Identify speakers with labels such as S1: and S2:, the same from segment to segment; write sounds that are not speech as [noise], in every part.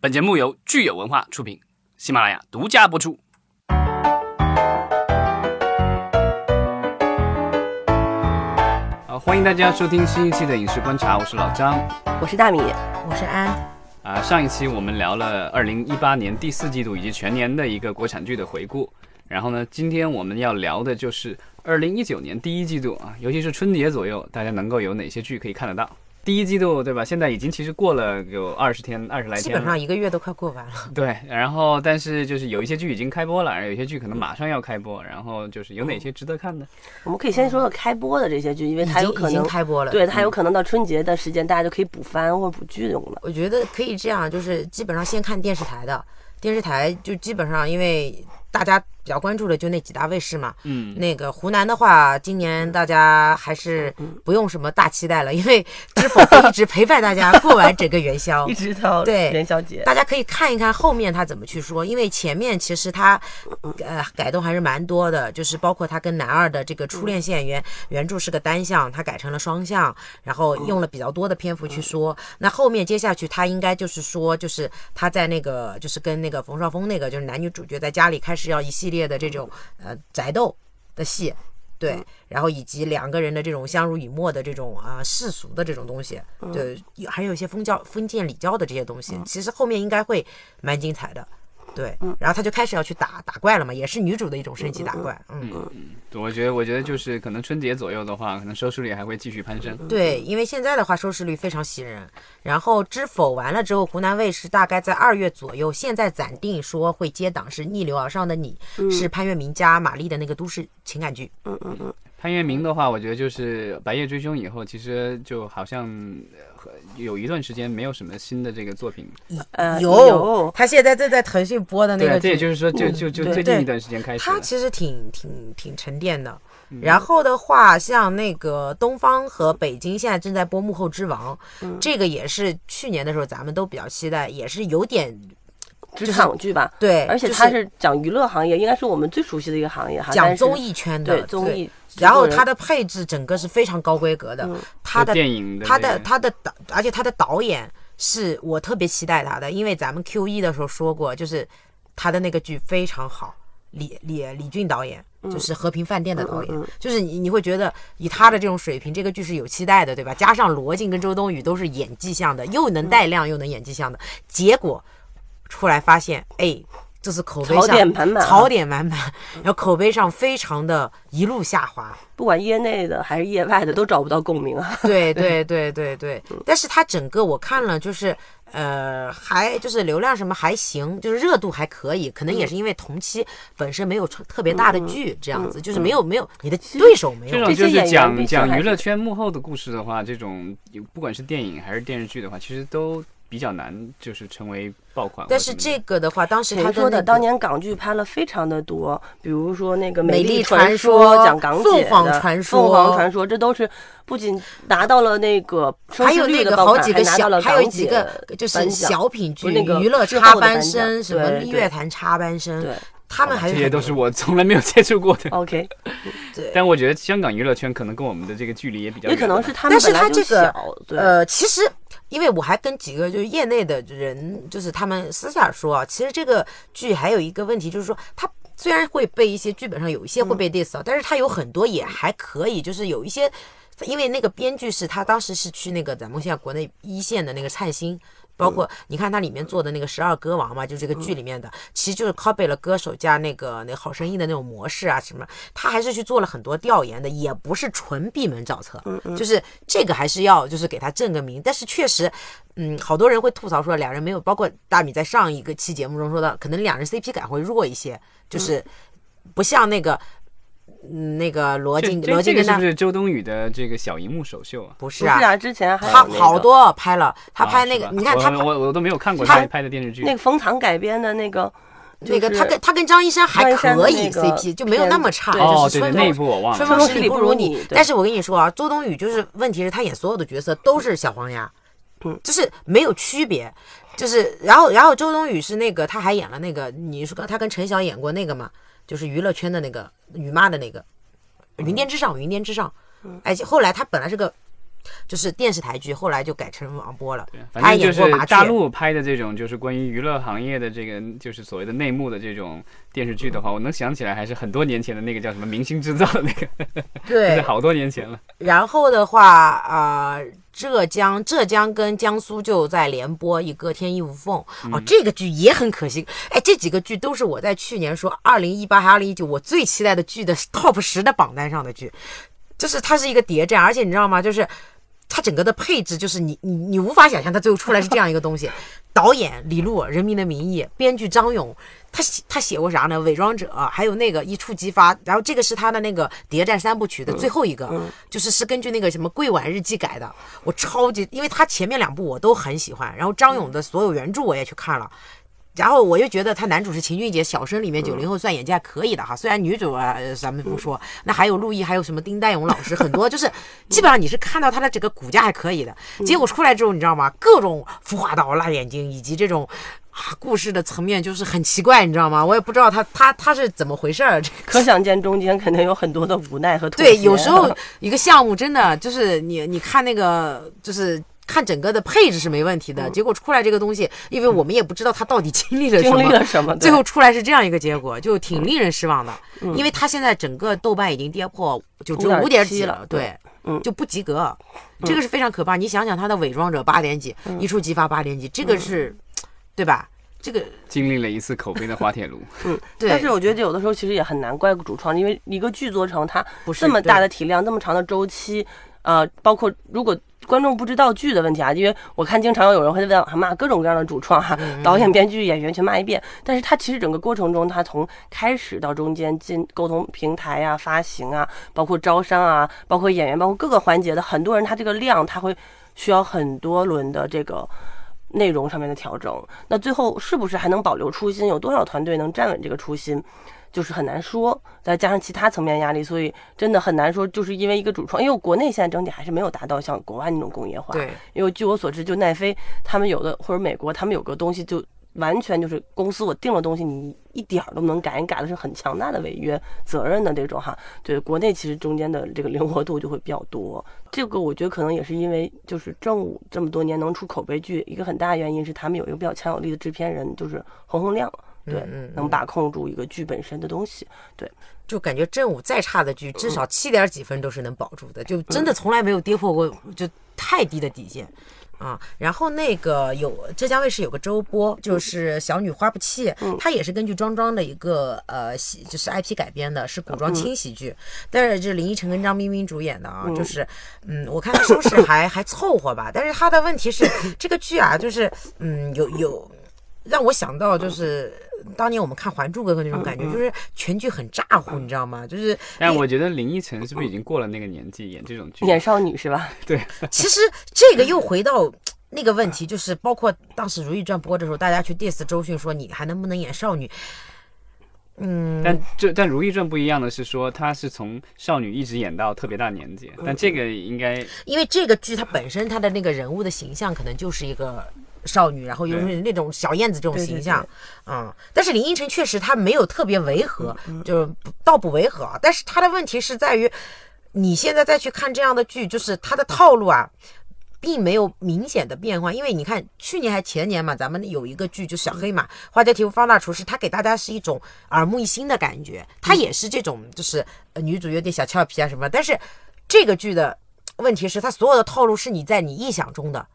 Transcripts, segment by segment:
S1: 本节目由聚友文化出品，喜马拉雅独家播出。好，欢迎大家收听新一期的《影视观察》，我是老张。
S2: 我是大米，
S3: 我是安，
S1: 啊，上一期我们聊了2018年第四季度以及全年的一个国产剧的回顾，然后呢，今天我们要聊的就是2019年第一季度啊，尤其是春节左右，大家能够有哪些剧可以看得到？第一季度对吧？现在已经其实过了有二十天、二十来
S3: 基
S1: 天
S3: 本
S1: 了，
S3: 上一个月都快过完
S2: [laughs]
S3: 了。
S1: 对。然后但是就是有一些剧已经开播了，有一些剧可能马上要开播，然后就是有哪些值得看呢？
S2: 我们可以先说说开播的这些剧，因为
S3: 已
S2: 它有
S3: 经
S2: 可
S3: 已经
S2: 能，
S3: 开播了，嗯
S2: 对，它有可能到春节的时间，大家就可以补番或者补剧用了。。
S3: 我觉得可以这样，就是基本上先看电视台的，电视台就基本上因为大家比较关注的就那几大卫视嘛。
S1: 嗯，
S3: 那个湖南的话，今年大家还是不用什么大期待了，因为知否会一直陪伴大家过完整个元宵
S2: [laughs] 直到
S3: 对
S2: 元宵节，
S3: 大家可以看一看后面他怎么去说，因为前面其实他，呃，改动还是蛮多的，就是包括他跟男二的这个初恋线原原著是个单向，他改成了双向，然后用了比较多的篇幅去说。那后面接下去他应该就是说，就是他在那个就是跟那个冯绍峰那个就是男女主角在家里开始要一系列的这种呃宅斗的戏。对，然后以及两个人的这种相濡以沫的这种啊世俗的这种东西，对，有还有一些封教、封建礼教的这些东西，其实后面应该会蛮精彩的。对，然后他就开始要去打打怪了嘛，也是女主的一种升级打怪。嗯，
S1: 我觉得我觉得就是可能春节左右的话，可能收视率还会继续攀升。
S3: 对，因为现在的话收视率非常喜人。然后知否完了之后，湖南卫视大概在二月左右，现在暂定说会接档是《逆流而上的你》，是潘粤明加马丽的那个都市情感剧。
S2: 嗯嗯嗯，
S1: 潘粤明的话，我觉得就是《白夜追凶》以后，其实就好像呃和有一段时间没有什么新的这个作品。
S2: [laughs] 呃
S3: 有
S2: 有，
S3: 他现在正在腾讯播的那
S1: 对，
S3: 个
S1: 这
S3: 剧
S1: 也。就是说，就就就
S2: 对
S1: 最近一
S3: 对
S1: 段时间开始
S3: 它
S1: 的。
S3: 其实挺挺挺沉淀的。
S2: 嗯
S3: 然后的话，像那个东方和北京现在正在播《幕后之王》，
S2: 嗯
S3: 这个也是去年的时候咱们都比较期待，也是有点
S2: 职场剧吧，
S3: 对，
S2: 而且
S3: 就
S2: 它
S3: 是
S2: 是讲娱乐行业，应该是我们最熟悉的一个行业哈。但
S3: 讲
S2: 是
S3: 综，艺圈的
S2: 对综艺。嗯
S3: 然后它
S2: 的
S3: 的配置整个是非常高规格的，它
S1: 就
S3: 的
S1: 电影的
S3: 他
S1: 这
S3: 的
S1: 个
S3: 他的导，而且他的导演是我特别期待他的，因为咱们 Q 一的时候说过，就是他的那个剧非常好，李李李俊导演。
S2: 嗯
S3: 就是和平饭店的导演，就是你你会觉得以他的这种水平，这个剧是有期待的，对吧？加上罗晋跟周冬雨都是演技向的，又
S2: 嗯
S3: 能带量又能演技向的，结果出来发现，哎，这是口碑上
S2: 槽点满满啊
S3: 槽点满满，然后口碑上非常的一路下滑，
S2: 不管业内的还是业外的都找不到共鸣 [laughs] 啊。
S3: 对对对对对，
S2: 嗯
S3: 但是它整个我看了就是。呃，还就是流量什么还行，就是热度还可以，可能
S2: 嗯
S3: 也是因为同期本身没有特特别大的剧，这样
S2: 嗯
S3: 子、就是没有没有你的对手没
S1: 这
S3: 有
S1: 种
S2: 这
S1: 就
S2: 些
S1: 是
S2: 演员
S1: 讲
S2: 毕竟
S1: 讲
S2: 还
S1: 娱乐
S2: 是
S1: 圈幕后的故事的话，这种不管是电影还是电视剧的话，其实都比较难，就是成为爆款或
S3: 但
S1: 者
S3: 是
S1: 什么的。
S3: 这个的话，当时他
S2: 嗯谁说
S3: 跟
S2: 的？
S3: 那个
S2: 当年港剧拍了非常的多，比如说那个《
S3: 美丽
S2: 丽
S3: 传
S2: 说
S3: 说》
S2: 讲港姐
S3: 凤
S2: 的
S3: 凰传
S2: 凤
S3: 说
S2: 凰传说》，这都是不仅拿到了那个收
S3: 还
S2: 视
S3: 有
S2: 率
S3: 那
S2: 的
S3: 个
S2: 爆
S3: 好
S2: 款
S3: 几个
S2: 还拿
S3: 小
S2: 到，了
S3: 还有
S2: 港
S3: 几
S2: 姐
S3: 个就是
S2: 颁奖
S3: 小品剧、
S2: 不是那个
S3: 娱乐
S2: 之
S3: 插
S2: 后的
S3: 班
S2: 颁奖
S3: 生、什么
S2: 对对
S3: 乐坛插班生
S2: 对，啊
S3: 他们还
S1: 这
S3: 是
S1: 些
S3: 很
S1: 都
S3: 多哦
S1: 是我从来没有 [laughs] 接触过的。
S2: OK，
S1: 但我觉得香港娱乐圈可能跟我们的这个距离也比较
S2: 也
S1: 远吧，
S2: 可能是他们
S3: 但是
S2: 本来
S3: 他
S2: 就
S3: 这
S2: 小，
S3: 个
S2: 对，
S3: 呃，其实因为我还跟几个就是业内的人，就是他们私下说啊，其实这个剧还有一个问题，就是说它虽然会被一些剧本上有一些会被 diss 啊，但是它有很多也还可以，就是有一些。因为那个编剧是他当时是去那个咱们现在国内一线的那个灿星，包括你看它里面做的那个《十二歌王》嘛，就这个剧里面的，其实就是 copy 了歌手加那个那个好声音的那种模式啊什么，他还是去做了很多调研的，也不是纯闭门造车，
S2: 嗯
S3: 就是这个还是要就是给他正个名，但是确实。嗯，好多人会吐槽说两人没有，包括大米在上一个期节目中说的，可能两人 CP 感会弱一些，
S2: 嗯
S3: 就是不像那个，嗯，那个罗
S1: 这
S3: 晋
S1: 这
S3: 罗
S1: 这
S3: 晋
S1: 个
S3: 跟
S1: 是
S3: 他
S1: 不是周冬雨的这个小荧幕首秀啊？
S3: 不是
S2: 不是
S3: 啊，
S2: 啊，之前还有
S3: 他
S2: 那
S3: 好
S2: 个
S3: 多拍了，他
S1: 啊
S3: 拍
S1: 是
S3: 那个，
S1: 吧
S3: 你看他
S1: 我我我都没有看过
S3: 他
S1: 他拍的电视剧
S2: 那。个冯唐改编的那个，就
S3: 那个
S2: 是
S3: 他跟他跟张一山还
S2: 张一山的
S3: 可以
S2: 那个
S3: CP，就没有
S2: 片
S3: 那么差，
S2: 对
S1: 哦
S3: 就，
S1: 对
S3: 是
S1: 对，
S3: 春
S1: 那一
S3: 风
S1: 部我忘
S3: 春
S1: 了。
S3: 风
S2: 春风
S3: 十
S2: 十
S3: 里
S2: 里
S3: 不
S2: 不
S3: 如
S2: 如
S3: 你
S2: 你。对
S3: 但是我跟你说啊，周冬雨就是问题是她演所有的角色都是小黄鸭，就是没有区别。就是然后然后周冬雨是那个，她还演了那个，你说她跟陈晓演过那个嘛，就是娱乐圈的那个雨妈的那个《云巅之上》，《云巅之上》。哎，后来她本来是个就是电视台剧，后来就改成网播了。
S1: 对，
S3: 他
S1: 反
S3: 也
S1: 正就
S3: 演过
S1: 是
S3: 麻雀
S1: 大陆拍的这种，就是关于娱乐行业的这个，就是所谓的内幕的这种电视剧的话，我能想起来还是很多年前的那个叫什么《明星制造》那个，就是 [laughs]
S3: 对，
S1: 好多年前了。
S3: 然后的话啊、呃浙江浙江跟江苏就在联播一个《天衣无缝》哦，这个剧也很可惜。哎，这几个剧都是我在去年说二零一八还二零一九我最期待的剧的 top 十的榜单上的剧，就是它是一个谍战，而且你知道吗？就是它整个的配置，就是你你你无法想象它最后出来是这样一个东西。 [laughs] 导演李路，《人民的名义》，编剧张勇，他写他写过啥呢？《伪装者》，还有那个《一触即发》，然后这个是他的那个谍战三部曲的最后一个，就是是根据那个什么《桂婉日记》改的。我超级，因为他前面两部我都很喜欢，然后张勇的所有原著我也去看了。然后我又觉得他男主是秦俊杰，小生里面九零后算演技还可以的哈。虽然女主啊，呃咱们不说，那还有陆毅，还有什么丁代勇老师，很多就是基本上你是看到他的整个骨架还可以的。结果出来之后，你知道吗？各种浮华岛、辣眼睛，以及这种啊故事的层面就是很奇怪，你知道吗？我也不知道他他他是怎么回事儿。这个
S2: 可想见中间肯定有很多的无奈和妥协
S3: 对，有时 [laughs] 候一个项目真的就是你你看那个就是。看整个的配置是没问题的，结果出来这个东西，因为我们也不知道他到底经历了什
S2: 经
S3: 么，
S2: 历了什么，对嗯
S3: 最后出来是这样一个结果，就挺令人失望的，因为他现在整个豆瓣已经跌破就只有五点
S2: 5.7
S3: 几
S2: 了
S3: 对，
S2: 嗯
S3: 就不及格，这个是非常可怕。你想想他的伪装者八点几，
S2: 嗯
S3: 一触即发八点几，这个是，对吧？这个
S1: 经历了一次口碑的滑铁
S3: [laughs]
S1: 卢，
S2: 但是
S3: 对，
S2: 我觉得有的时候其实也很难怪主创，因为一个剧做成它
S3: 不是
S2: 这么大
S3: 对
S2: 的体量、这么长的周期，呃，包括如果观众不知道剧的问题啊，因为我看经常有人会在网上骂各种各样的主创哈、
S3: 嗯
S2: 导演、编剧、演员全骂一遍，但是他其实整个过程中，他从开始到中间进沟通平台啊、发行啊，包括招商啊，包括演员，包括各个环节的很多人，他这个量他会需要很多轮的这个。内容上面的调整，那最后是不是还能保留初心？有多少团队能站稳这个初心？就是很难说，再加上其他层面压力，所以真的很难说，就是因为一个主创，因为国内现在整体还是没有达到像国外那种工业化。
S3: 对，
S2: 因为据我所知，就奈飞他们有的或者美国他们有个东西就完全就是公司我定了东西，你一点儿都不能改，你改的是很强大的违约责任的这种哈。对，国内其实中间的这个灵活度就会比较多。这个我觉得可能也是因为就是正午这么多年能出口碑剧，一个很大原因是他们有一个比较强有力的制片人，就是侯鸿亮。对，
S3: 嗯嗯
S2: 能把控住一个剧本身的东西。对，
S3: 就感觉正午再差的剧，至少七点几分都是能保住的，就真的从来没有跌破过就太低的底线。啊，然后那个有浙江卫视有个周播，就是《小女花不弃》，它也是根据庄庄的一个呃戏，就是 IP 改编的，是古装轻喜剧，但是这林依晨跟张彬彬主演的啊，就是嗯，我看它收视还 [coughs] 还凑合吧，但是它的问题是这个剧啊，就是嗯，有有让我想到就是。当年我们看《还珠格格》那
S2: 嗯
S3: 种感觉，就是全剧很咋呼，你知道
S2: [laughs]
S3: 吗？就是
S1: 但我觉得林依晨是不是已经过了那个年纪演这种剧？
S2: 演少女是吧？
S3: 其实这个又回到那个问题，就是包括当时《如懿传》播的时候，大家去 diss 周迅说你还能不能演少女？
S1: 但这但《如懿传》不一样的是说，她是从少女一直演到特别大年纪，但这个应该
S3: 因为这个剧它本身它的那个人物的形象可能就是一个少女，然后又是那种小燕子这种
S2: 对对嗯
S3: 形象，嗯。但是林依晨确实她没有特别违和，就是不倒不违和，啊。但是她的问题是在于，你现在再去看这样的剧，就是她的套路啊。并没有明显的变化，因为你看去年还前年嘛，咱们有一个剧就小黑马花椒提夫方大厨师，他给大家是一种耳目一新的感觉，他也是这种就是呃女主有点小俏皮啊什么，但是这个剧的问题是，它所有的套路是你在你臆想中的，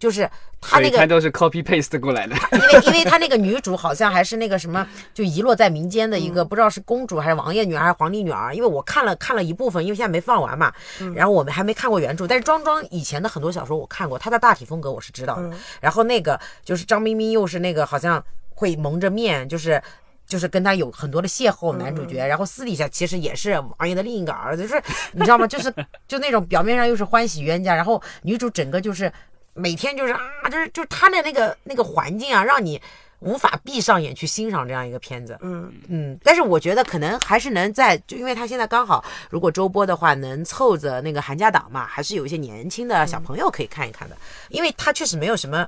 S3: 就是他
S1: 所以
S3: 那个
S1: 她都是 copy paste 过来的。
S3: 因为 [laughs] 因为她那个女主好像还是那个什么，就遗落在民间的一个，不知道是公主还是王爷女儿还是皇帝女儿。因为我看了看了一部分，因为现在没放完嘛，然后我们还没看过原著。但是庄庄以前的很多小说我看过，她的大体风格我是知道的。然后那个就是张彬彬又是那个好像会蒙着面，就是。就是跟他有很多的邂逅，男主
S2: 嗯
S3: 角，然后私底下其实也是王爷的另一个儿子，就是你知道吗？就是就那种表面上又是欢喜冤家，然后女主整个就是每天就是啊，就是就是他的那个那个环境啊，让你无法闭上眼去欣赏这样一个片子。嗯嗯，但是我觉得可能还是能在，就因为他现在刚好如果周播的话，能凑着那个
S2: 嗯
S3: 寒假档嘛，还是有一些年轻的小朋友可以看一看的，因为他确实没有什么。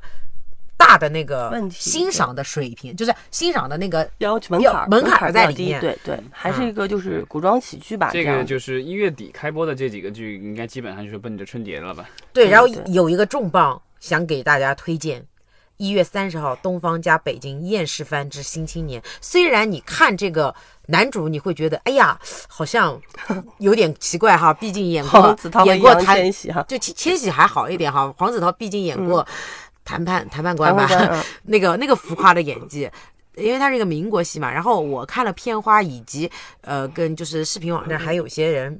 S3: 大的那个
S2: 问题
S3: 欣赏的水平，就是欣赏的那个
S2: 要求门槛
S3: 要
S2: 儿
S3: 门槛
S2: 槛儿
S3: 儿
S2: 比
S3: 在
S2: 较
S3: 里
S2: 低
S3: 面嗯
S2: 对对，还是一个就是古装喜剧吧，
S1: 这
S2: 样
S1: 个就是一月底开播的这几个剧，应该基本上就是奔着春节了吧？
S3: 对，然后
S2: 嗯对
S3: 有一个重磅想给大家推荐。一月三十号，东方加北京《厌世番之新青年》。虽然你看这个男主，你会觉得哎呀，好像有点奇
S2: [laughs]
S3: 怪哈，毕竟演
S2: 黄
S3: 过
S2: 子韬和
S3: 演过
S2: 易烊
S3: 谭
S2: 千，玺哈，
S3: 就千千玺还好一点哈，黄子韬毕竟演
S2: 嗯
S3: 过谈判谈判官
S2: 然后
S3: 吧，
S2: 呢嗯
S3: 那个那个浮夸的演技。因为它是一个民国戏嘛，然后我看了片花以及呃，跟就是视频网站还有些人，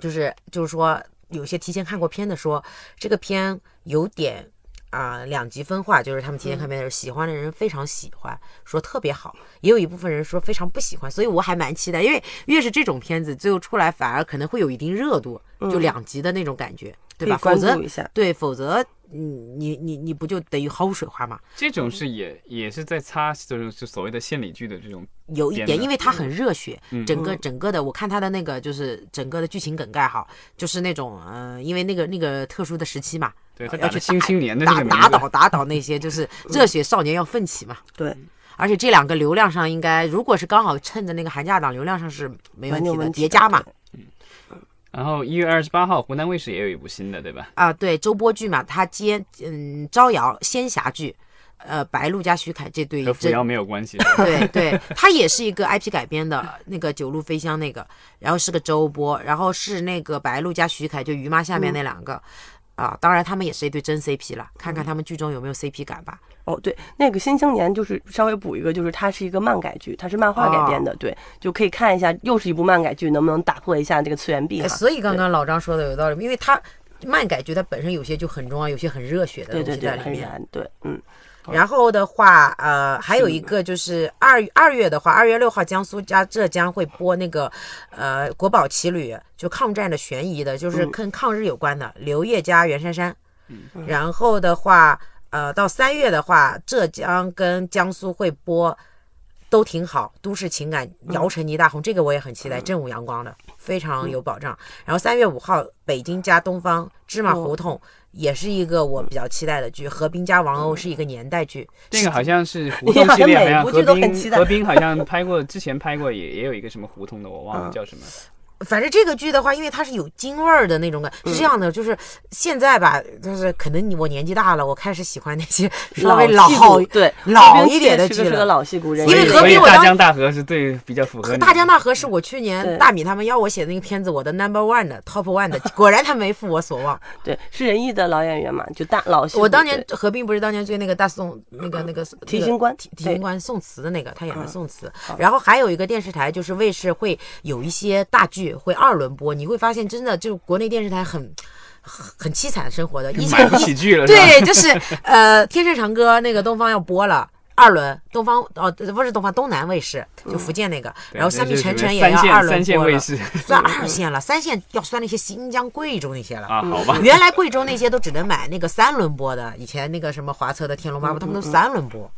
S3: 就是就是说有些提前看过片的说这个片有点啊、两极分化，就是他们提前看
S2: 嗯
S3: 片的时候喜欢的人非常喜欢，说特别好，也有一部分人说非常不喜欢，所以我还蛮期待，因为越是这种片子最后出来反而可能会有一定热度，就两极的那种感觉，
S2: 嗯可
S3: 对
S2: 以
S3: 吧？否
S2: 关
S3: 则
S2: 注一下。
S3: 对，否则嗯你你你不就等于毫无水花嘛？
S1: 这种是也也是在擦，就是就所谓的献礼剧的这种
S3: 有一
S1: 编
S3: 点，
S1: 的
S3: 因为它很热血，
S1: 嗯
S3: 整个整个的，我看它的那个就是整个的剧情梗概哈，就是那种呃，因为那个那个特殊的时期嘛，
S1: 对他
S3: 要
S1: 打
S3: 去
S1: 着新
S3: 打
S1: 青年的这
S3: 打
S1: 个名
S3: 打
S1: 字，
S3: 倒打倒那些就是
S1: 嗯
S3: 热血少年要奋起嘛。
S2: 对，
S3: 而且这两个流量上应该，如果是刚好趁着那个寒假档，流量上是没问
S2: 蛮有
S3: 题的，
S2: 问题
S3: 叠
S2: 的
S3: 加嘛。
S1: 然后一月二十八号，湖南卫视也有一部新的，对吧？
S3: 啊，对，周播剧嘛，他接嗯招摇仙侠剧，呃，白鹿加徐凯这对
S1: 和扶
S3: 这
S1: 摇没有关系。
S3: [laughs] 对对，它也是一个 IP 改编的那个《九路飞香》那个，然后是个周播，然后是那个白鹿加徐凯，就于妈下面那两个。啊，当然他们也是一对真 CP 了，看看他们剧中有没有 CP 感吧。
S2: 哦，对，那个《新青年》就是稍微补一个，就是它是一个漫改剧，它是漫画改编
S3: 哦
S2: 的，对，就可以看一下，又是一部漫改剧，能不能打破一下这个次元壁哈？
S3: 哎所以刚刚老张说的有道理，因为他漫改剧它本身有些就很重要，有些很热血的
S2: 对对
S3: 东西
S2: 对，
S3: 在
S2: 很
S3: 里面。
S2: 燃，对，嗯，
S3: 然后的话，呃，还有一个就是二二月的话，二月六号江苏加浙江会播那个，呃，国宝奇旅，就抗战的悬疑的，就是跟抗日有关的，刘烨加袁姗姗。然后的话，呃，到三月的话，浙江跟江苏会播。都挺好，都市情感，姚晨、倪大红，这个我也很期待，正午阳光的非常有保障。然后三月五号，北京加东方芝麻胡同，也是一个我比较期待的剧，何冰加
S2: 嗯
S3: 王鸥是一个年代剧，
S1: 这个好像是胡同系列，好
S2: 你
S1: 像
S2: 好像每部
S1: 何
S2: 剧都很期
S1: 冰
S2: 待
S1: 何冰好像拍过，之前拍过也也有一个什么胡同的，我忘了叫什么。
S3: 反正这个剧的话，因为它是有京味儿的那种感，
S2: 嗯
S3: 是这样的，就是现在吧，就是可能你我年纪大了，我开始喜欢那些 [laughs] 稍微
S2: 老戏
S3: 老
S2: 骨对
S3: 老一点的
S2: 这
S3: 剧
S2: 是个
S3: 了。
S2: 老戏骨人，
S3: 因为
S1: 所以
S3: 何
S1: 所以
S3: 冰我
S1: 大
S3: 当
S1: 江大河是最比较符合你的
S3: 大江大河是我去年
S2: 对
S3: 大米他们邀我写的那个片子，我的 number one 的 top one 的， [laughs] 果然他没负我所望。
S2: 对是仁义的老演员嘛，就大老戏骨。
S3: 我当年
S2: 对
S3: 何冰不是当年追那个大宋那个那个
S2: 提刑官
S3: 提提刑
S2: 对
S3: 官宋慈的那个，他演了宋慈。然后还有一个电视台，就是卫视会有一些大剧会二轮播，你会发现真的就国内电视台很很很凄惨生活的，一 [laughs]
S1: 买不起剧了，是吧？
S3: 对，就是呃，《天盛长歌》那个东方要播了。二轮东方哦，不是东方，东南卫视就福建那个，然后
S1: 嗯对
S3: 《三
S1: 这
S3: 命
S1: 是
S3: 沉
S1: 属于
S3: 沉》也
S1: 三
S3: 要
S1: 线
S3: 二轮
S1: 三线
S3: 播
S1: 卫
S3: 了，
S1: 视嗯
S3: 算二线了，三线要算那些新疆、贵州那些了。
S1: 啊，好
S3: [laughs]
S1: 吧。
S3: 原来贵州那些都只能买那个三轮播的，以前那个什么华策的《天龙八部》，他们都三轮播。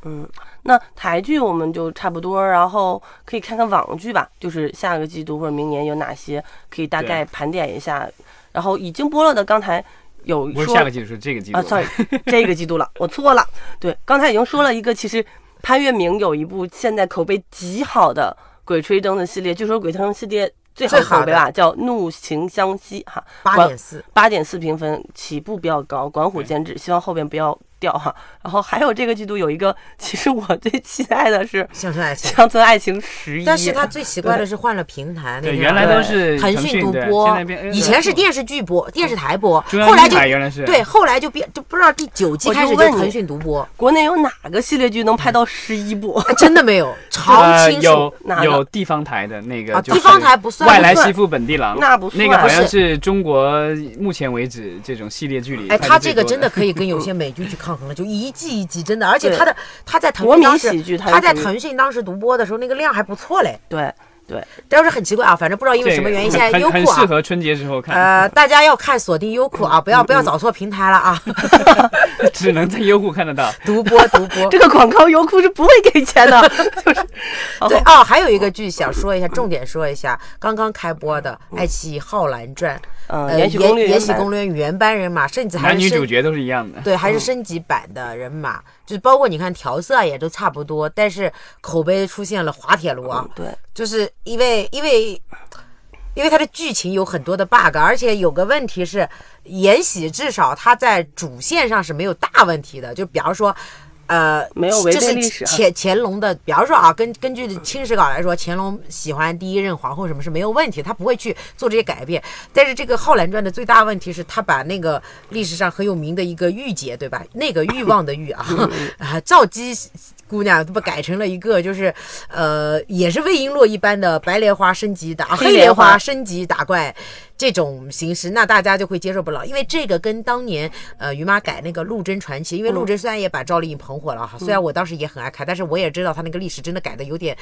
S2: 那台剧我们就差不多，然后可以看看网剧吧，就是下个季度或者明年有哪些可以大概盘点一下。然后已经播了的，刚才有
S1: 不是
S2: 说
S1: 下个季度，是这个季度
S2: 啊，sorry，这个季度了，我错了。对，刚才已经说了一个，其实潘粤明有一部现在口碑极好的《鬼吹灯》的系列，据说《鬼吹灯》系列最好
S3: 最好
S2: 口碑吧，叫《怒晴湘西》哈，
S3: 八点四，
S2: 八点四评分，起步比较高，管虎监制，希望后边不要掉哈、然后还有这个季度有一个，其实我最期待的是《
S3: 乡村爱情。
S2: 乡村爱情十一》，
S3: 但是它最奇怪的是换了平台，那
S1: 对，
S3: 天
S1: 原来
S3: 晚
S1: 都
S3: 上
S1: 是
S3: 腾
S1: 腾
S3: 讯独
S1: 对
S3: 播
S1: 现在变，哎
S3: 以前是电视剧播，电视台播，
S1: 中央
S3: 后来就
S1: 一台原来是
S3: 对，后来就变就不知道第九季
S2: 我就
S3: 开始就
S2: 问你
S3: 腾讯独播，
S2: 国内有哪个系列剧能拍到十一部？
S3: 哎真的没
S1: [laughs]
S3: 有，超
S1: 呃，
S3: 清楚
S1: 有。
S2: 哪个
S1: 有地方台的那个
S3: 啊
S1: 就是
S3: 地方台不算
S1: 外来
S2: 不算
S1: 媳妇本地郎，
S2: 那不算
S1: 那个好像是中国目前为止这种系列剧里，
S3: 哎，他这个真的
S1: 的，
S3: 可以跟有些美剧去抗衡了，就一季一季真的，而且
S2: 对
S3: 他的他在腾
S2: 国
S3: 讯
S2: 民
S3: 当时
S2: 喜剧它
S3: 他
S2: 是
S3: 在
S2: 属于
S3: 腾讯当时独播的时候那个量还不错嘞，
S2: 对。对，
S3: 但是很奇怪啊，反正不知道因为什么原因，现在
S1: 很
S3: 优
S1: 很
S3: 酷
S1: 适
S3: 啊，
S1: 合嗯春节时候看，
S3: 呃，大家要看锁定优酷啊，不要不要找错平台了啊， [laughs]
S1: 只能在优酷看得到。
S3: 独播独播。
S2: 这个广告优酷是不会给钱
S3: [laughs]
S2: 的，就是
S3: 对哦，还有一个剧想说一下，重点说一下，刚刚开播的《爱奇艺《浩然传》，
S2: 嗯，
S3: 呃，
S2: 延禧攻略，嗯
S3: 延禧攻略原班人马，甚至 [laughs] 还
S1: 男
S3: 是
S1: 女主
S3: 升
S1: 角都是一样的，
S3: 对，还是升级版的人马，就是包括你看调色也都差不多，但是口碑出现了滑铁卢啊，
S2: 对，
S3: 就是因为因为因为它的剧情有很多的 bug，而且有个问题是，延禧至少它在主线上是没有大问题的，就比方说。呃，
S2: 没有违
S3: 这
S2: 背
S3: 是
S2: 历史啊
S3: 乾乾隆的，比方说啊，根根据清史稿来说，乾隆喜欢第一任皇后什么是没有问题，他不会去做这些改变。但是这个《浩然传》的最大问题是，他把那个历史上很有名的一个御姐，对吧？那个欲望的欲啊，
S2: 嗯
S3: [laughs] 啊，赵姬姑娘不改成了一个就是，呃，也是魏璎珞一般的白莲花升级打
S2: 黑
S3: 黑
S2: 莲
S3: 莲花
S2: 花
S3: 升级打怪这种形式，那大家就会接受不了，因为这个跟当年呃于妈改那个《陆贞传奇》，因为
S2: 嗯
S3: 陆贞虽然也把赵丽颖捧火了哈，虽然我当时也很爱看，但是我也知道她那个历史真的改的有点。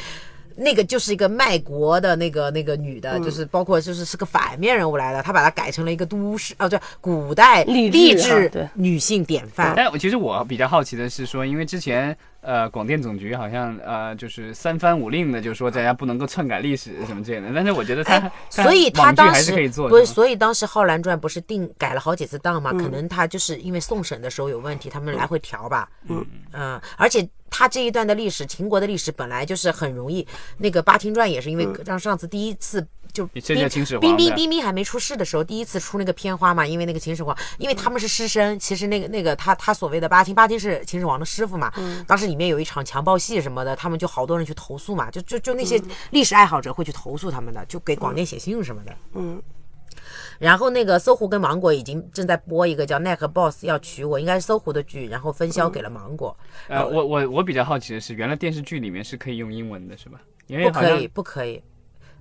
S3: 那个就是一个卖国的那个那个女
S2: 嗯
S3: 的，就是包括就是是个反面人物来的，她把它改成了一个都市哦，对，古代
S2: 励志
S3: 励
S2: 哈
S3: 志
S2: 对
S3: 女性典范。
S1: 哎但我其实我比较好奇的是说，因为之前呃广电总局好像呃就是三番五令的就说大家不能够篡改历史什么之类的，但是我觉得他、
S3: 哎
S1: 他
S3: 所以他
S1: 网剧
S3: 当
S1: 还
S3: 时
S1: 是可以做的嗯
S3: 不
S1: 嘛，
S3: 是，所以当时《浩然传》不是定改了好几次档嘛？可能他就是因为送审的时候有问题，他们来回调吧。嗯而且他这一段的历史，秦国的历史本来就是很容易。那个《巴听传》也是因为
S1: 嗯
S3: 让上次第一次就
S1: 你
S3: 冰
S1: 这叫秦始皇
S3: 冰冰
S1: 的
S3: 冰冰还没出世的时候，第一次出那个片花嘛，因为那个秦始皇，因
S1: 嗯
S3: 为他们是师生，其实那个那个他他所谓的巴听，巴听是秦始皇的师傅嘛。
S1: 嗯
S3: 当时里面有一场强暴戏什么的，他们就好多人去投诉嘛，就就就那
S1: 嗯
S3: 些历史爱好者会去投诉他们的，就给广电写信什么的。
S1: 嗯
S3: 然后那个搜狐跟芒果已经正在播一个叫《奈何 boss 要娶我》，应该是搜狐的剧，然后分销
S1: 嗯
S3: 给了芒果。
S1: 呃，我我我比较好奇的是，原来电视剧里面是可以用英文的，是吧？因为
S3: 不
S1: 好
S3: 可
S1: 像
S3: 以，不可以，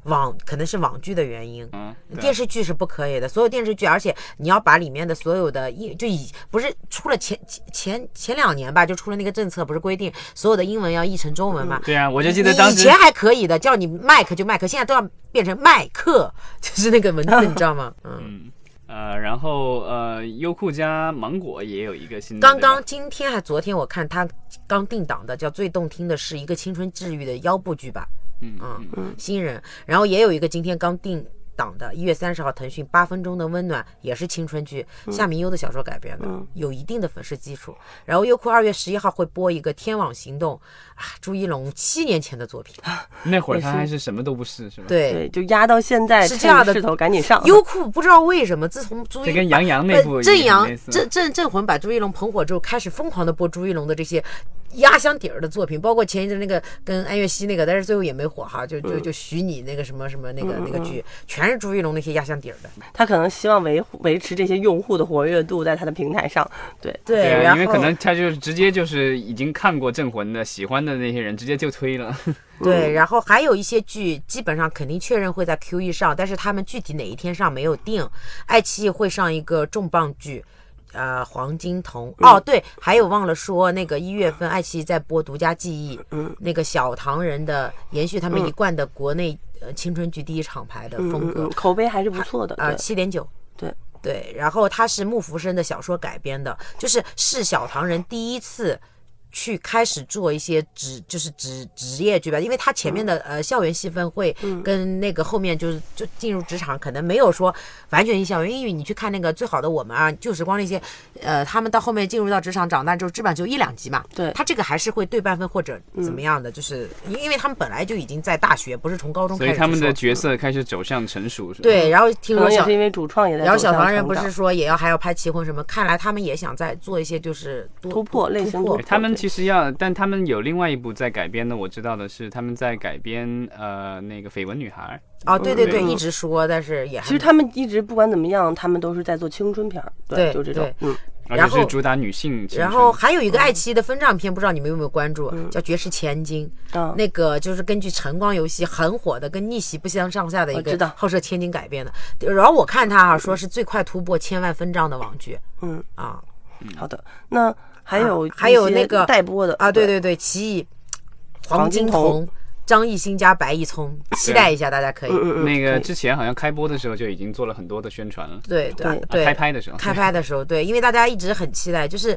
S3: 网可能是网剧的原因。
S1: 嗯，对
S3: 电视剧是不可以的，所有电视剧，而且你要把里面的所有的英，就以不是出了前前前前两年吧，就出了那个政策，不是规定所有的英文要译成中文嘛？
S1: 对啊，我就记得
S3: 你
S1: 当
S3: 以
S1: 时
S3: 前还可以的，叫你麦克就麦克，现在都要变成麦克，就是那个文字，你知道吗？嗯，
S1: 呃，然后呃，优酷加芒果也有一个新的，
S3: 刚
S1: 嗯对
S3: 刚
S1: 吧
S3: 今天还昨天我看他刚定档的叫《最动听的是一个青春治愈的腰部剧吧》，
S1: 嗯嗯
S3: 嗯，新人，然后也有一个今天刚定档的，一月三十号，腾讯《八分钟的温暖》也是青春剧，
S1: 嗯
S3: 夏明优的小说改编的，有一定的粉丝基础。然后优酷二月十一号会播一个《天网行动》，啊，朱一龙七年前的作品，
S1: 那会儿
S2: 也
S1: 他
S2: 是
S1: 还是什么都不是，是吧？，
S3: 对。
S2: 对，就压到现在，
S3: 是这样的
S2: 趁势头赶紧上。
S3: 优酷不知道为什么，自从朱一
S1: 这跟杨洋那部
S3: 不呃郑
S1: 也
S3: 阳
S1: 类似
S3: 郑郑郑魂把朱一龙捧火之后，开始疯狂的播朱一龙的这些压箱底儿的作品，包括前一阵那个跟安悦希那个，但是最后也没火哈，就就就许你那个什么什么那个那个剧，全是朱一龙那些压箱底儿的。
S2: 他可能希望维护维持这些用户的活跃度在他的平台上。对，
S3: 对
S1: 对啊，
S3: 然
S1: 因为
S3: 后
S1: 可能他就是直接就是已经看过《镇魂》的、喜欢的那些人，直接就推
S3: [laughs]
S1: 了。
S2: 嗯
S3: 对，然后还有一些剧基本上肯定确认会在 Q E 上，但是他们具体哪一天上没有定。爱奇艺会上一个重磅剧。呃，黄金瞳
S2: 嗯
S3: 哦，对，还有忘了说，那个一月份爱奇艺在播《独家记忆》，嗯，那个小唐人的延续他们一贯的国内、呃青春剧第一厂牌的风
S2: 嗯
S3: 格
S2: 嗯，，口碑还是不错的。
S3: 啊，
S2: 对
S3: 七点九。
S2: 对
S3: 对，然后它是木福生的小说改编的，就是是小唐人第一次去开始做一些职，就是职职业剧吧，因为他前面的、
S2: 嗯
S3: 呃校园戏份会跟那个后面就是就进入职场，可能没有说完全一校园，因为你去看那个最好的我们啊，旧时光那些，呃，他们到后面进入到职场长大之后，基本上就一两集嘛，
S2: 对嗯
S3: 他这个还是会对半分或者怎么样的，就是因因为他们本来就已经在大学，不是从高中
S1: 所
S3: 开始
S1: 以
S3: 去
S1: 他们的
S3: 说
S1: 角色开始走向成熟，是吧？哎
S3: 对，然后听
S2: 可
S3: 说
S2: 能也
S3: 小
S2: 是因为主创也在
S3: 然后
S2: 走
S3: 小
S2: 向
S3: 唐人
S2: 成
S3: 不
S2: 长
S3: 是说也要还要拍奇婚什么？看来他们也想再做一些就是多
S2: 突破类型
S3: 突
S2: 突
S3: 破
S2: 破。
S1: 他们其实要，但他们有另外一部在改编的，我知道的是他们在改编呃那个《绯闻女孩
S3: 啊，对对对，
S1: 嗯
S3: 一直说，但是也还
S2: 其实他们一直不管怎么样，他们都是在做青春片儿，
S3: 对
S2: 就这种
S3: 对，
S2: 嗯，》，
S1: 而
S3: 然
S1: 且是
S3: 后
S1: 主打女性青春。
S3: 然后还有一个爱奇艺的分账片，不知道你们有没有关注，
S2: 嗯
S3: 叫《绝世千金》。
S2: 啊
S3: 那个就是根据晨光游戏很火的，跟逆袭不相上下的一
S2: 我
S3: 个
S2: 知道
S3: 好色千金改编的。然后我看他哈、说是最快突破千万分账的网剧。
S2: 嗯
S3: 啊
S2: 好的。那还有
S3: 还有
S2: 一些
S3: 那个
S2: 待播的
S3: 啊啊，对，对对，奇异黄
S2: 黄
S3: 金
S2: 金瞳
S3: 瞳。张艺兴加白一聪，期待一下，大家可以。
S2: 嗯嗯
S1: 那
S2: 可
S3: 呃
S1: 个
S2: 以
S1: 之前好像开播的时候就已经做了很多的宣传了，
S3: 对对
S2: 对
S1: 啊
S3: 对，
S1: 开拍的时候，
S3: 开拍的时候，对，因为大家一直很期待，就是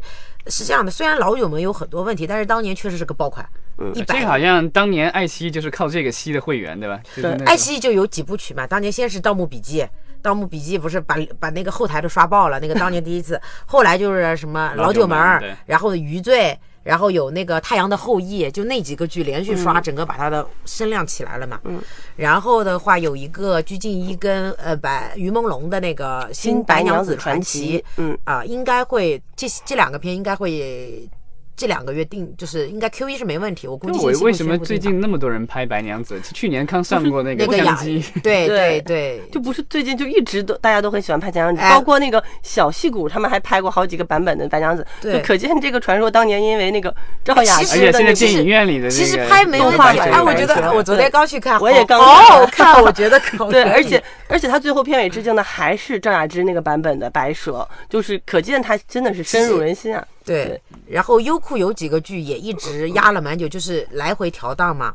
S3: 是这样的。虽然老友们有很多问题，但是当年确实是嗯个爆款，一
S1: 这
S3: 百
S1: 个好像当年爱奇艺就是靠这个吸的会员，对吧？就是那
S2: 对
S1: 个
S3: 爱奇艺就有几部曲嘛，当年先是《盗墓笔记》。《盗墓笔记》不是把把那个后台都刷爆了，那个当年第一次，后来就是什么
S1: 老
S3: 老
S1: 九
S3: 九门
S1: 门
S3: 儿
S1: 对，
S3: 然后余罪，然后有那个《太阳的后裔》，就那几个剧连续刷，整个把它的声量起来了嘛。嗯。然后的话，有一个鞠婧祎跟呃白于朦胧的那个《新白娘子传奇》，
S2: 嗯
S3: 啊、应该会这这两个片应该会这两个月定，就是应该 Q 一是没问题，我估
S1: 那
S3: 计
S1: 我
S3: 信息
S1: 为
S3: 会
S1: 什
S3: 宣
S1: 么
S3: 布
S1: 最
S3: 定档
S1: 近那么多人拍白娘子？去年刚上过那个
S3: [laughs] 那个
S1: 相
S3: 雅
S1: 机，
S3: 对
S2: 对
S3: 对对，
S2: 就不是最近就一直都大家都很喜欢拍白娘子，
S3: 哎
S2: 包括那个小戏骨他们还拍过好几个版本的白娘子，
S3: 对哎
S2: 就可见这个传说当年因为那个赵雅
S3: 其
S1: 而
S3: 实
S2: 芝
S1: 且现
S2: 的
S1: 在
S2: 那
S1: 电
S3: 其
S1: 影
S3: 实
S1: 院里的
S3: 其实
S1: 那个
S3: 拍没
S1: 都
S3: 问
S1: 拍
S3: 题。
S1: 这
S2: 版
S1: 个
S3: 哎，我
S1: 版
S3: 觉
S2: 权
S3: 得
S1: 权
S3: 哎我昨天刚去看，
S2: 我也刚
S3: 好
S2: 看 [laughs]
S3: 好看，我觉得可
S2: 对，
S3: 以
S2: 而且而且他最后片尾致敬的还是赵雅芝那个版本的白蛇，就是可见他真的是深入人心啊。
S3: 对。然后优酷有几个剧也一直压了蛮久，就是来回调档嘛。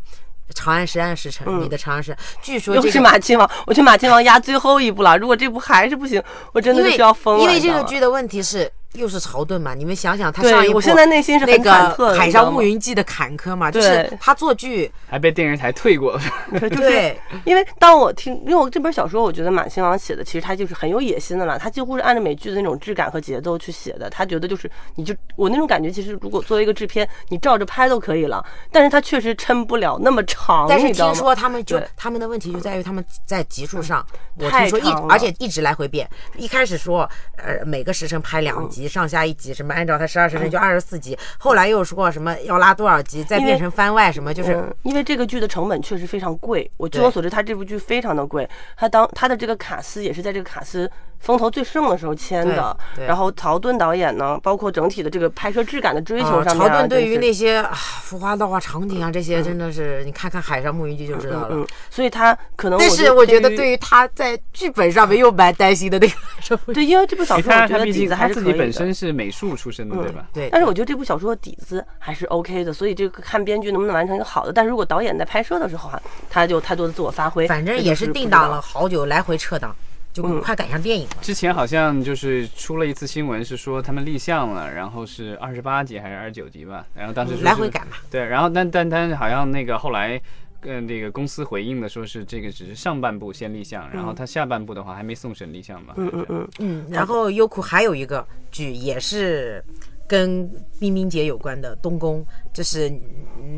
S3: 长安十二时辰，
S1: 嗯
S3: 你的长安十，据说
S2: 又
S3: 这
S2: 是
S3: 个
S2: 马亲王，我去马亲王压最后一步了。如果这部还是不行，我真的
S3: 因
S2: 就
S3: 为
S2: 是要疯了。
S3: 因为
S2: 你知
S3: 这
S2: 道
S3: 个
S2: 吗
S3: 剧的问题是又是曹盾嘛，你们想想他上一
S2: 对
S3: 部
S2: 我现在内心是很
S3: 那个
S2: 忐忑的，
S3: 《海
S2: 你知道
S3: 上
S2: 吗
S3: 牧云记》的坎坷嘛，就是
S2: 对
S3: 他做剧，
S1: 还被电视台退过，
S2: [laughs] 对 [laughs] 就是
S3: 对
S2: 因为当我听，因为我这本小说，我觉得马亲王写的其实他就是很有野心的了，他几乎是按照美剧的那种质感和节奏去写的。他觉得就是你就我那种感觉，其实如果作为一个制片，你照着拍都可以了，但是他确实撑不了那么长，
S3: 但是
S2: 你知道
S3: 听
S2: 吗
S3: 说他们就
S2: 对嗯
S3: 他们的问题就在于他们在集数上，我听
S2: 太
S3: 说一
S2: 长了
S3: 而且一直来回变，一开始说呃每个时辰拍
S2: 嗯
S3: 两集，上下一集什么，按照他十二时辰就二十四集，后来又说什么要拉多少集，再
S2: 因为
S3: 变成番外什么，就是
S2: 嗯，因为这个剧的成本确实非常贵。我据
S3: 对
S2: 我所知，他这部剧非常的贵。他当他的这个卡斯也是在这个卡斯风头最盛的时候签的
S3: 对。对
S2: 然后曹盾导演呢，包括整体的这个拍摄质感的追求
S3: 啊，
S2: 上面啊、
S3: 曹盾对
S2: 真
S3: 于
S2: 是
S3: 那些啊浮华道啊、场景啊这些，真的是你看看《海上牧云记》就知道
S2: 嗯
S3: 了。
S2: 嗯，所以他可能
S3: 但是我觉得
S2: 于
S3: 对于他在剧本上面又蛮担心的那个海上牧云记，
S2: 对，因为这部
S1: [laughs]
S2: 小
S1: 因为
S2: 说我
S1: 他
S2: 觉
S1: 他
S2: 得
S1: 毕
S2: 底
S1: 竟
S2: 子
S1: 他
S2: 还是
S1: 自
S2: 可
S1: 己
S2: 以的。
S1: 本身是美术出
S3: 嗯
S1: 身的，对吧？
S3: [laughs] 对，
S2: 但是我觉得这部小说的底子还是 OK 的，所以这个看编剧能不能完成一个好的。但如果导演在拍摄的时候啊，他就有太多的自我发挥，
S3: 反正
S2: 这
S3: 也
S2: 就是是
S3: 定
S2: 不知
S3: 档
S2: 道
S3: 了。好久，来回撤档，就快赶上电影了。
S1: 之前好像就是出了一次新闻，是说他们立项了，然后是二十八集还是二十九集吧，然后当时说是
S3: 来回改嘛，
S1: 对，然后但但但好像那个后来。跟那个公司回应的说是这个只是上半部先立项，然后他下半部的话还没送审立项嘛。嗯嗯嗯，
S3: 嗯，然后优酷还有一个剧也是跟冰冰姐有关的《东宫》，就是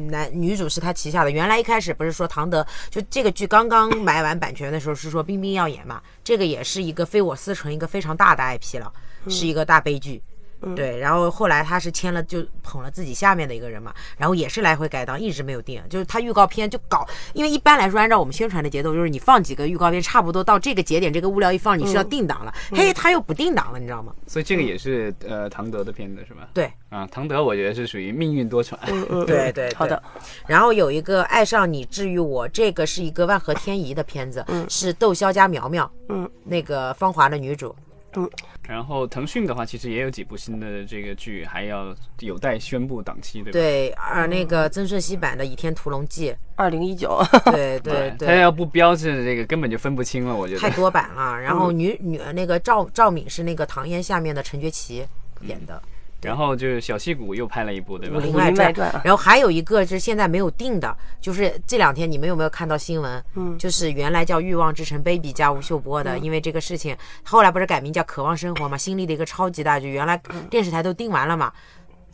S3: 男女主是她旗下的。原来一开始不是说唐德就这个剧刚刚买完版权的时候是说冰冰要演嘛，这个也是一个非我思纯一个非常大的 IP 了，是一个大悲剧。对，然后后来他是签了，就捧了自己下面的一个人嘛，然后也是来回改档，一直没有定。就是他预告片就搞，因为一般来说，按照我们宣传的节奏，就是你放几个预告片，差不多到这个节点，这个物料一放，你是要定档了。嘿，他又不定档了，你知道吗？
S1: 所以这个也是呃唐德的片子是吧？
S3: 对
S1: 啊，唐德我觉得是属于命运多舛。
S2: 嗯
S3: 对对
S2: 好的。
S3: 然后有一个《爱上你治愈我》，这个是一个万合天宜的片子，是窦骁加苗苗，
S2: 嗯，
S3: 那个芳华的女主，
S1: 然后腾讯的话，其实也有几部新的这个剧，还要有待宣布档期，对吧？
S3: 对，而那个曾舜晞版的《倚天屠龙记
S2: 二零一九，》，
S3: 对对
S1: 他
S3: 对。
S1: 哎要不标志这个根本就分不清了，我觉
S3: 太
S1: 得。
S3: 多版了，然
S1: 嗯
S3: 后女女那个赵赵敏是那个唐嫣下面的陈觉琪演的，
S1: 然后就是小戏骨又拍了一部，对吧
S3: 武？林
S2: 武林
S3: 外
S2: 外传啊
S3: 然后还有一个是现在没有定的，就是这两天你们有没有看到新闻？嗯，就是原来叫《欲望之城》，baby 加吴秀波
S2: 嗯
S3: 的，因为这个事情，后来不是改名叫《渴望生活》嘛，新立的一个超级大剧，原来
S2: 嗯
S3: 电视台都定完了嘛，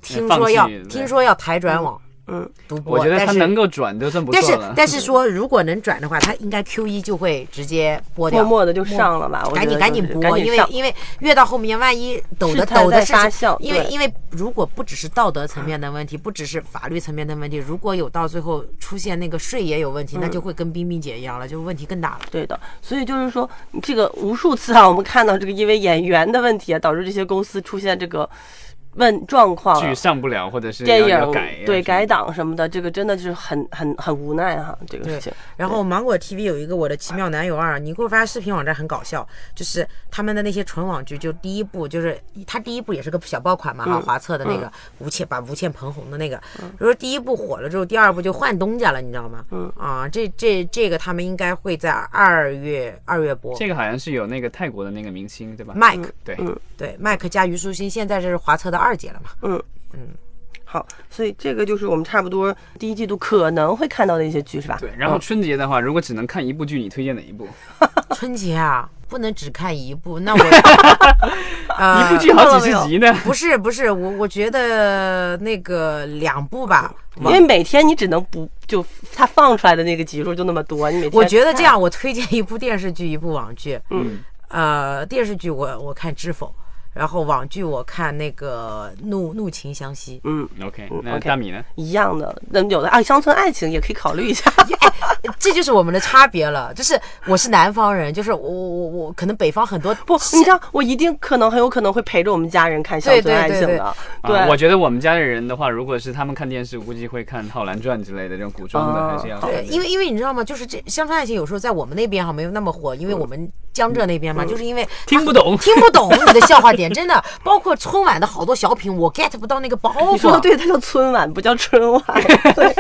S3: 听
S1: 哎放
S3: 说要
S1: 弃对
S3: 听说要台转网，
S2: 嗯，
S3: 独播，
S1: 我觉得
S3: 但
S1: 他
S3: 是
S1: 能够转就算不
S3: 但
S1: 错
S3: 是
S1: 了。
S3: 但是说，如果能转的话，它应该 Q 一就会直接播掉，
S2: 默默的就上了吧，我觉
S3: 赶紧
S2: 得
S3: 赶紧
S2: 就是
S3: 播，
S2: 赶
S3: 因为
S2: 上
S3: 因为越到后面，万一抖的
S2: 事态
S3: 抖的
S2: 在
S3: 事
S2: 发
S3: 情
S2: 酵，
S3: 因为
S2: 对
S3: 因为如果不只是道德层面的问题，不只是法律层面的问题，如果有到最后出现那个税也有问题，
S2: 嗯
S3: 那就会跟冰冰姐一样了，就问题更大了。
S2: 对的，所以就是说， [laughs] 这个无数次啊，我们看到这个因为演员的问题啊，导致这些公司出现这个问状况啊、
S1: 剧上不了，或者是
S2: 电
S1: 要
S2: 影
S1: 要改呀什
S2: 对
S1: 么
S2: 改
S1: 的
S2: 档什么的，这个真的是很很很无奈哈、这个
S3: 对
S2: 事情。
S3: 然后芒果 TV 有一个《我的奇妙男友二》，你会发现视频网站很搞笑，就是他们的那些纯网剧，就第一部就是他第一部也是个小爆款
S1: 嗯
S3: 嘛，哈、华策的那个吴倩把吴倩捧红的那个，就说第一部火了之后，第二部就换东家了，你知道吗？嗯啊，这这这个他们应该会在二月二月播。
S1: 这个好嗯像是有那个泰国的那个明星，对吧？
S3: 麦克
S1: 对，
S3: 对麦克加虞书欣，现在这是华策的二姐了
S1: [laughs]
S3: 嘛？
S2: 好，所以这个就是我们差不多第一季度可能会看到的一些剧，是吧？嗯
S1: 对。然后春节的话，如果只能看一部剧，你推荐哪一部？
S3: 春节啊，不能只看一
S1: [laughs]
S3: 部，那我呃啊
S1: 一部剧好几十集
S3: [laughs]
S1: 呢？
S3: 不是不是，我我觉得那个两部吧，
S2: 因为每天你只能不就它放出来的那个集数就那么多，你每天
S3: 我觉得这样，我推荐一部电视剧，一部网剧。嗯，呃，电视剧我我看《知否》，然后网剧我看那个《怒怒晴湘西》。
S1: OK，
S2: 嗯
S1: 那
S2: OK
S1: 大米呢？
S2: 一样的。那有的啊，乡村爱情也可以考虑一下。
S3: 这就是我们的差别了。就是我是南方人，就是我我我可能北方很多
S2: 不，你知道我一定可能很有可能会陪着我们家人看乡村爱情
S3: 对对对
S2: 的。
S1: 啊，我觉得我们家的人的话，如果是他们看电视，估计会看《浩南传》之类的这种古装的，
S2: 哦
S1: 还是要看
S3: 对，
S1: 的
S3: 呃因为因为你知道吗？就是这乡村爱情有时候在我们那边哈没有那么火，因为我们江浙那边嘛，就是因为
S1: 听不懂。
S3: 听不懂你的笑话点，真的，包括春晚的好多小品，我 get 不到那个包
S2: 你说的
S3: 袱。，
S2: 对，它叫春晚，不叫春晚。对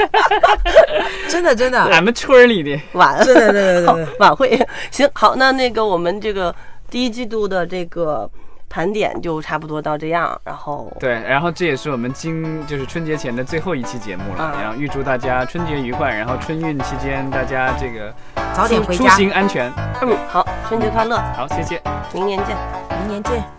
S3: 真的真的，
S1: 俺们村儿里的
S2: 晚
S3: 对对对对对
S2: 晚会。行，好，那那个我们这个第一季度的这个盘点就差不多到这样，然后
S1: 对，然后这也是我们今就是春节前的最后一期节目了，
S2: 啊
S1: 然后预祝大家春节愉快，然后春运期间大家这个
S3: 早点回
S1: 出
S3: 家，
S1: 行安全。
S2: 嗯，好，春节快乐，
S1: 好，谢谢。
S2: 明年见。
S3: 明年见。